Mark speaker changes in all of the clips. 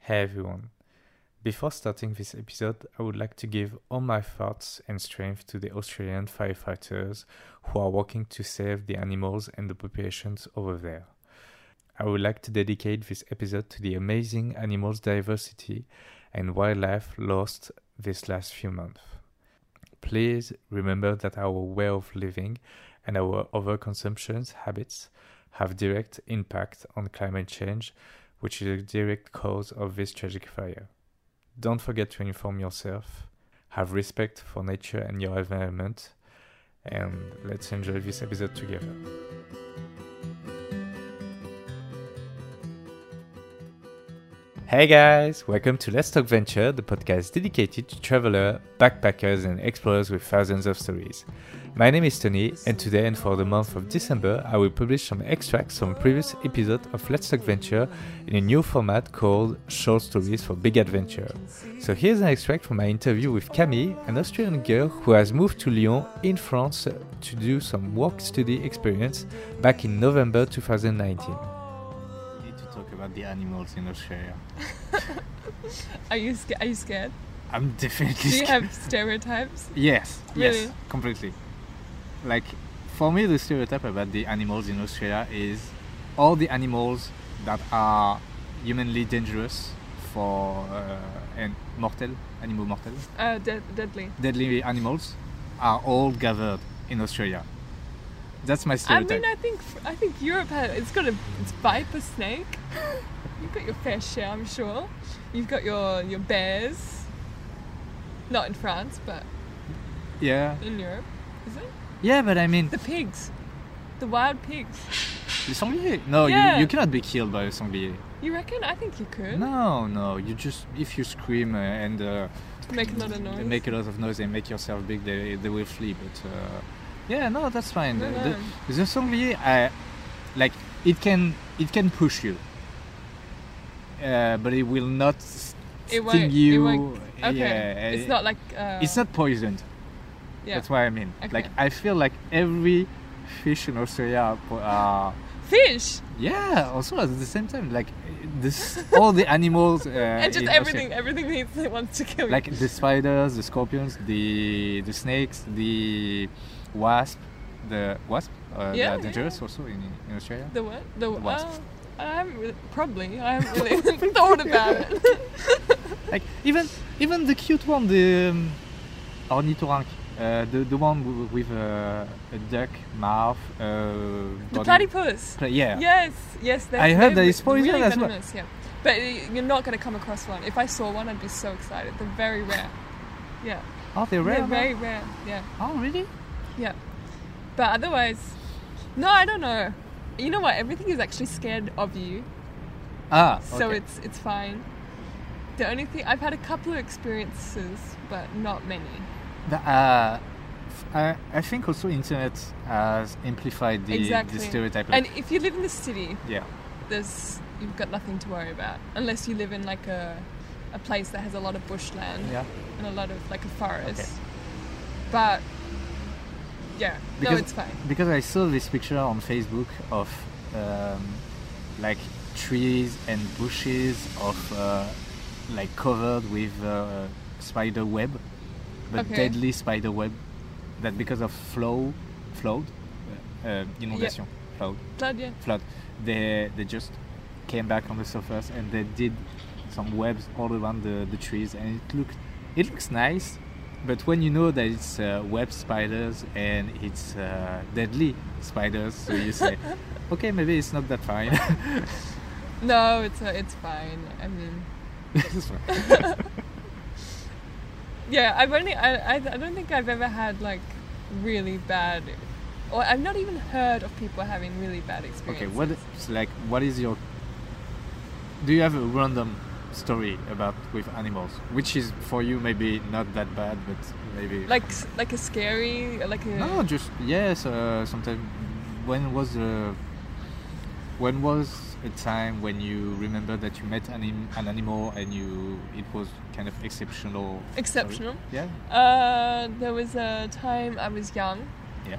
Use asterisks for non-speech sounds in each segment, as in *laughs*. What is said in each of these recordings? Speaker 1: Hey everyone. Before starting this episode, I would like to give all my thoughts and strength to the Australian firefighters who are working to save the animals and the populations over there. I would like to dedicate this episode to the amazing animals diversity and wildlife lost this last few months. Please remember that our way of living and our overconsumption habits have direct impact on climate change, which is a direct cause of this tragic fire. Don't forget to inform yourself, have respect for nature and your environment, and let's enjoy this episode together. Hey guys, welcome to Let's Talk Venture, the podcast dedicated to travelers, backpackers, and explorers with thousands of stories. My name is Tony, and today and for the month of December, I will publish some extracts from previous episodes of Let's Talk Venture in a new format called Short Stories for Big Adventure. So here's an extract from my interview with Camille, an Australian girl who has moved to Lyon in France to do some work study experience back in November 2019. We need to talk about the animals in Australia.
Speaker 2: Are you sca- are you scared?
Speaker 1: I'm definitely
Speaker 2: Do you
Speaker 1: scared.
Speaker 2: have stereotypes?
Speaker 1: Yes, yes,
Speaker 2: Really?
Speaker 1: completely. Like, for me, the stereotype about the animals in Australia is all the animals that are humanly dangerous for uh, and mortal, animal mortal,
Speaker 2: Uh, de- deadly.
Speaker 1: deadly animals are all gathered in Australia. That's my
Speaker 2: I
Speaker 1: stereotype.
Speaker 2: mean, I think I think Europe has it's got a it's viper snake. *laughs* You've got your fair share, I'm sure. You've got your your bears. Not in France, but
Speaker 1: yeah,
Speaker 2: in Europe, is it?
Speaker 1: yeah, but I mean,
Speaker 2: The pigs, the wild pigs.
Speaker 1: the sanglier. No,
Speaker 2: Yeah.
Speaker 1: you, you cannot be killed by a sanglier.
Speaker 2: You reckon? I think you could
Speaker 1: No, no. You just if you scream uh, and. Uh,
Speaker 2: make a lot of noise.
Speaker 1: They make a lot of noise. They make yourself big. They, they will flee. But uh, yeah, no, that's fine.
Speaker 2: No,
Speaker 1: The-
Speaker 2: no.
Speaker 1: The, the sanglier, I, like it can it can push you, uh, but it will not s-
Speaker 2: It
Speaker 1: sting
Speaker 2: won't- it
Speaker 1: you.
Speaker 2: won't- Okay.
Speaker 1: Yeah,
Speaker 2: it's
Speaker 1: uh,
Speaker 2: not like. Uh,
Speaker 1: It's not poisoned.
Speaker 2: Yeah.
Speaker 1: That's what I mean.
Speaker 2: Okay.
Speaker 1: Like I feel like every fish in Australia are, po- are
Speaker 2: Fish
Speaker 1: yeah. Also at the same time, like this all the
Speaker 2: *laughs*
Speaker 1: animals uh,
Speaker 2: and just
Speaker 1: in
Speaker 2: everything, everything needs that wants to kill you.
Speaker 1: like the spiders, the scorpions, the the snakes, the wasp, the wasp. Uh, they
Speaker 2: Yeah,
Speaker 1: are
Speaker 2: yeah.
Speaker 1: dangerous also in, in Australia.
Speaker 2: The what? The,
Speaker 1: The wasp.
Speaker 2: uh, I haven't really, probably. I haven't really
Speaker 1: *laughs*
Speaker 2: *laughs* thought about it.
Speaker 1: Like even even the cute one, the um, ornithorynque, uh, the the one w- with uh, a duck mouth. Uh,
Speaker 2: the
Speaker 1: body-
Speaker 2: platypus.
Speaker 1: Pla- yeah.
Speaker 2: Yes, yes. That's,
Speaker 1: I heard
Speaker 2: they're
Speaker 1: that it's
Speaker 2: re- really
Speaker 1: poison as well.
Speaker 2: venomous, Yeah. But y- you're not going to come across one. If I saw one, I'd be so excited. They're very rare. Yeah.
Speaker 1: Oh, they're rare.
Speaker 2: They're
Speaker 1: man.
Speaker 2: very rare. Yeah.
Speaker 1: Oh, really?
Speaker 2: Yeah. But otherwise, no, I don't know. You know what? Everything is actually scared of you,
Speaker 1: Ah.
Speaker 2: so
Speaker 1: okay.
Speaker 2: it's it's fine. The only thing I've had a couple of experiences, but not many.
Speaker 1: The, uh, f- I, I think also internet has amplified the,
Speaker 2: exactly.
Speaker 1: the stereotype.
Speaker 2: And if you live in the city,
Speaker 1: yeah.
Speaker 2: there's you've got nothing to worry about unless you live in like a a place that has a lot of bushland
Speaker 1: Yeah.
Speaker 2: and a lot of like a forest. But yeah,
Speaker 1: Because-
Speaker 2: no, it's fine.
Speaker 1: because I saw this picture on Facebook of um, like trees and bushes of uh, like covered with uh, spider web, but
Speaker 2: Okay.
Speaker 1: deadly spider web that because of flow, flood, uh, inundation, flood,
Speaker 2: Glad yeah.
Speaker 1: flood, they they just came back on the surface and they did some webs all around the, the trees and it looked it looks nice but when you know that it's uh, web spiders and it's uh, deadly spiders so you
Speaker 2: *laughs*
Speaker 1: say okay maybe it's not that fine *laughs*
Speaker 2: No, it's uh it's fine. I mean,
Speaker 1: It's fine.
Speaker 2: yeah, I've only I, I I don't think I've ever had like really bad, or I've not even heard of people having really bad
Speaker 1: okay
Speaker 2: experiences.
Speaker 1: what it's like what is your do you have a random story about with animals which is for you maybe not that bad but maybe
Speaker 2: Like s- like a scary like a
Speaker 1: No, just yes. Uh, sometimes when was the when was a time when you remember that you met an, anim- an animal and you it was kind of exceptional. story?
Speaker 2: exceptional.
Speaker 1: Yeah.
Speaker 2: Uh, there was a time I was young.
Speaker 1: Yeah.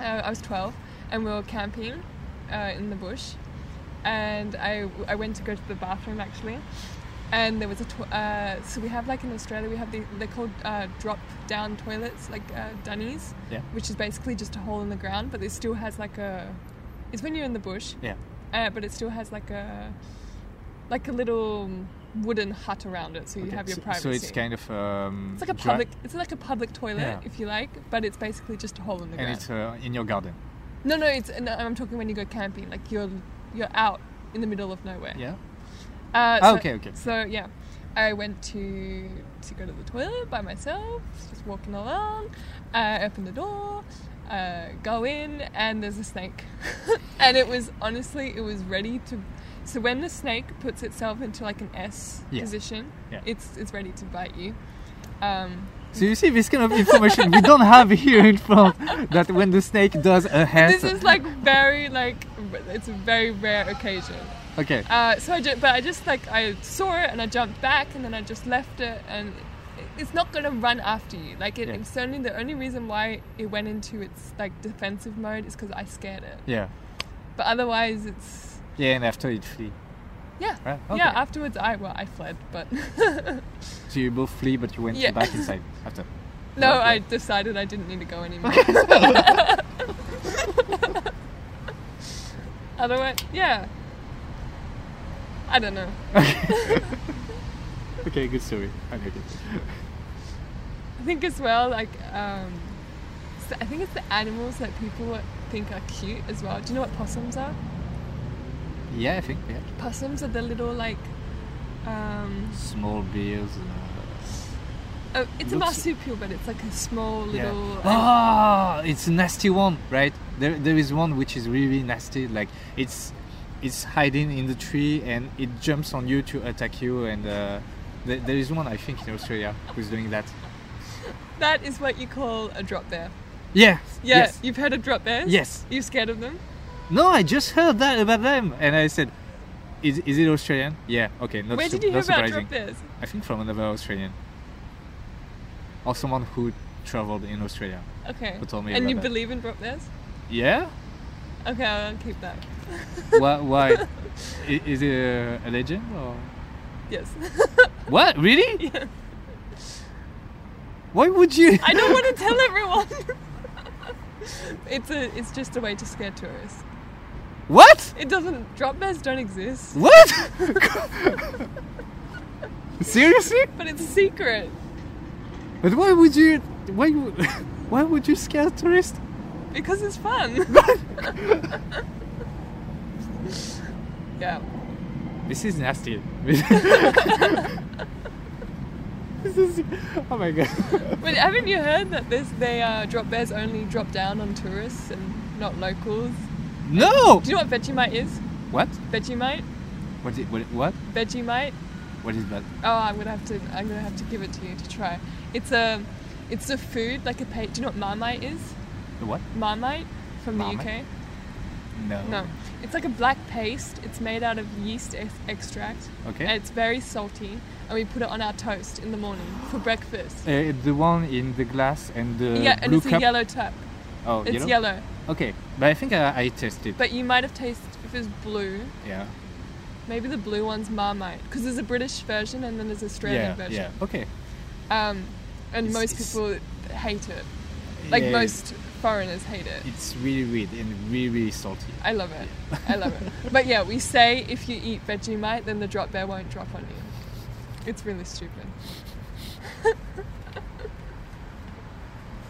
Speaker 2: Uh, I was 12, and we were camping uh, in the bush. And I, I went to go to the bathroom actually, and there was a to- uh, so we have like in Australia we have the they're called uh, drop down toilets like uh, dunnies,
Speaker 1: Yeah.
Speaker 2: which is basically just a hole in the ground, but it still has like a it's when you're in the bush,
Speaker 1: Yeah.
Speaker 2: uh, but it still has like a like a little wooden hut around it, so you
Speaker 1: Okay,
Speaker 2: have your
Speaker 1: so-
Speaker 2: privacy.
Speaker 1: So it's kind of um,
Speaker 2: It's like a
Speaker 1: dry-
Speaker 2: public. It's like a public toilet,
Speaker 1: Yeah.
Speaker 2: if you like, but it's basically just a hole in the
Speaker 1: and
Speaker 2: ground.
Speaker 1: it's uh, in your garden.
Speaker 2: no, no, it's. No, I'm talking when you go camping. Like you're, you're out in the middle of nowhere.
Speaker 1: Yeah.
Speaker 2: Uh,
Speaker 1: Ah,
Speaker 2: so-
Speaker 1: okay, okay.
Speaker 2: So yeah, I went to to go to the toilet by myself, just walking along. I open the door, uh, go in, and there's a snake. *laughs* and it was honestly, it was ready to. So when the snake puts itself into like an S
Speaker 1: Yeah.
Speaker 2: position,
Speaker 1: Yeah.
Speaker 2: it's it's ready to bite you. Um,
Speaker 1: So you see this kind of information we don't have here in France. That when the snake does a
Speaker 2: this
Speaker 1: hand.
Speaker 2: is like very like r- it's a very rare occasion.
Speaker 1: okay.
Speaker 2: Uh, so I ju- but I just like I saw it and I jumped back and then I just left it and it- it's not gonna run after you. Like it,
Speaker 1: Yeah.
Speaker 2: it's only the only reason why it went into its like defensive mode is because I scared it.
Speaker 1: Yeah.
Speaker 2: But otherwise, it's
Speaker 1: Yeah, and after it flee.
Speaker 2: yeah.
Speaker 1: Right? Okay.
Speaker 2: Yeah, afterwards I well I fled, but *laughs*
Speaker 1: So you both flee, but you went
Speaker 2: Yeah.
Speaker 1: back inside after.
Speaker 2: no,
Speaker 1: Okay.
Speaker 2: I decided I didn't need to go anymore. *laughs*
Speaker 1: *laughs*
Speaker 2: otherwise, yeah, I don't know.
Speaker 1: Okay, good story. I like it.
Speaker 2: I think as well, like, um, s- I think it's the animals that people think are cute as well. Do you know what possums are?
Speaker 1: Yeah, I think. Yeah.
Speaker 2: Possums are the little like, um,
Speaker 1: Small uh, bears.
Speaker 2: oh, it's a
Speaker 1: Looks-
Speaker 2: marsupial, but it's like a small
Speaker 1: Yeah.
Speaker 2: little. uh,
Speaker 1: *gasps* Ah, it's a nasty one, right? There, there is one which is really nasty. Like it's, it's hiding in the tree and it jumps on you to attack you. And uh, th- there is one I think in Australia who's doing that.
Speaker 2: that is what you call a drop bear.
Speaker 1: Yeah.
Speaker 2: Yeah,
Speaker 1: Yes.
Speaker 2: you've heard of drop bears.
Speaker 1: Yes.
Speaker 2: you scared of them?
Speaker 1: No, I just heard that about them, and I said, "Is, is it Australian? Yeah. Okay. Not,
Speaker 2: Where
Speaker 1: su-
Speaker 2: did you hear
Speaker 1: not
Speaker 2: about
Speaker 1: surprising.
Speaker 2: drop bears?
Speaker 1: I think from another Australian, or someone who traveled in Australia.
Speaker 2: Okay.
Speaker 1: Who told me
Speaker 2: and
Speaker 1: about
Speaker 2: you
Speaker 1: that?
Speaker 2: believe in drop bears? *laughs*
Speaker 1: Yeah.
Speaker 2: Okay, I'll keep that.
Speaker 1: why? why? I- Is it a, a legend or
Speaker 2: Yes. *laughs*
Speaker 1: what? Really? Yeah. Why would you?
Speaker 2: I don't want to tell everyone. *laughs* it's a. It's just a way to scare tourists.
Speaker 1: *laughs* What?
Speaker 2: It doesn't. Drop bears don't exist.
Speaker 1: What? *laughs* Seriously?
Speaker 2: But it's a secret
Speaker 1: But why would you? *laughs* Why? would- Why would you scare tourists?
Speaker 2: because it's fun. yeah.
Speaker 1: *laughs* This is
Speaker 2: *laughs*
Speaker 1: nasty. *laughs* this is. Oh my god.
Speaker 2: But haven't you heard that this they uh, drop bears only drop down on tourists and not locals?
Speaker 1: No.
Speaker 2: Do you know what Vegemite is?
Speaker 1: What?
Speaker 2: Vegemite,
Speaker 1: What? Is, what? What?
Speaker 2: Vegemite.
Speaker 1: What is that?
Speaker 2: Oh, I'm gonna have to. I'm gonna have to give it to you to try. It's a. It's a food like a. Pa- do you know what Marmite is?
Speaker 1: The What?
Speaker 2: Marmite from the
Speaker 1: Marmite?
Speaker 2: UK.
Speaker 1: No.
Speaker 2: No, it's like a black paste. It's made out of yeast ex- extract.
Speaker 1: Okay.
Speaker 2: And it's very salty, and we put it on our toast in the morning for breakfast.
Speaker 1: Uh, the one in the glass and the
Speaker 2: yeah, and
Speaker 1: blue
Speaker 2: it's
Speaker 1: cup.
Speaker 2: a yellow tap.
Speaker 1: Oh,
Speaker 2: It's
Speaker 1: yellow?
Speaker 2: yellow?
Speaker 1: Okay, but I think uh, I, I tested.
Speaker 2: but you might have tasted if it's blue.
Speaker 1: yeah.
Speaker 2: Maybe the blue one's Marmite, because there's a British version and then there's Australian
Speaker 1: yeah.
Speaker 2: version.
Speaker 1: Yeah. Okay.
Speaker 2: Um, and
Speaker 1: It's-
Speaker 2: most
Speaker 1: it's-
Speaker 2: people hate it. Like
Speaker 1: Yeah,
Speaker 2: most foreigners hate it.
Speaker 1: It's really weird and really really salty.
Speaker 2: I love
Speaker 1: *laughs*
Speaker 2: it. I love it. But yeah, we say if you eat Vegemite, then the drop bear won't drop on you. It's really stupid.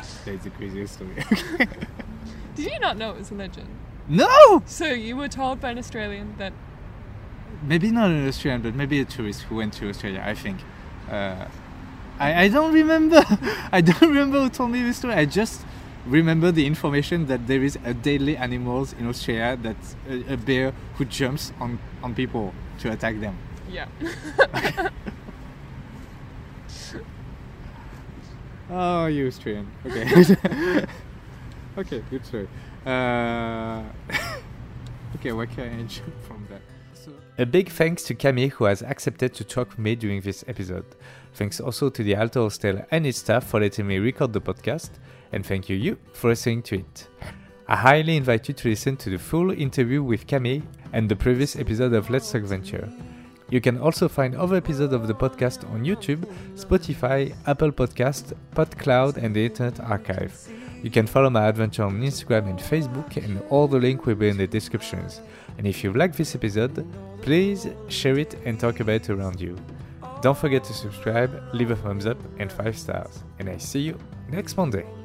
Speaker 1: That's the craziest story. *laughs*
Speaker 2: Did you not know it was a legend?
Speaker 1: no.
Speaker 2: So you were told by an Australian that
Speaker 1: Maybe not an Australian, but maybe a tourist who went to Australia. I think. Uh, I I don't remember. *laughs* I don't remember who told me this story. I just remember the information that there is a deadly animals in Australia that's a, a bear who jumps on on people to attack them.
Speaker 2: yeah.
Speaker 1: Oh, you Austrian.
Speaker 3: *laughs*
Speaker 1: Okay. *laughs* okay, good story. Uh, *laughs* okay, where can I jump from that? So,
Speaker 3: A big thanks to Camille who has accepted to talk with me during this episode. Thanks also to the Alto Hostel and its staff for letting me record the podcast, and thank you, you, for listening to it. I highly invite you to listen to the full interview with Camille and the previous episode of Let's Talk Venture.
Speaker 1: You can also find other episodes of the podcast on YouTube, Spotify, Apple Podcast, PodCloud, and the Internet Archive. You can follow my adventure on Instagram and Facebook, and all the links will be in the descriptions. And if you like this episode, please share it and talk about it around you. Don't forget to subscribe, leave a thumbs up and 5 stars. And I see you next Monday.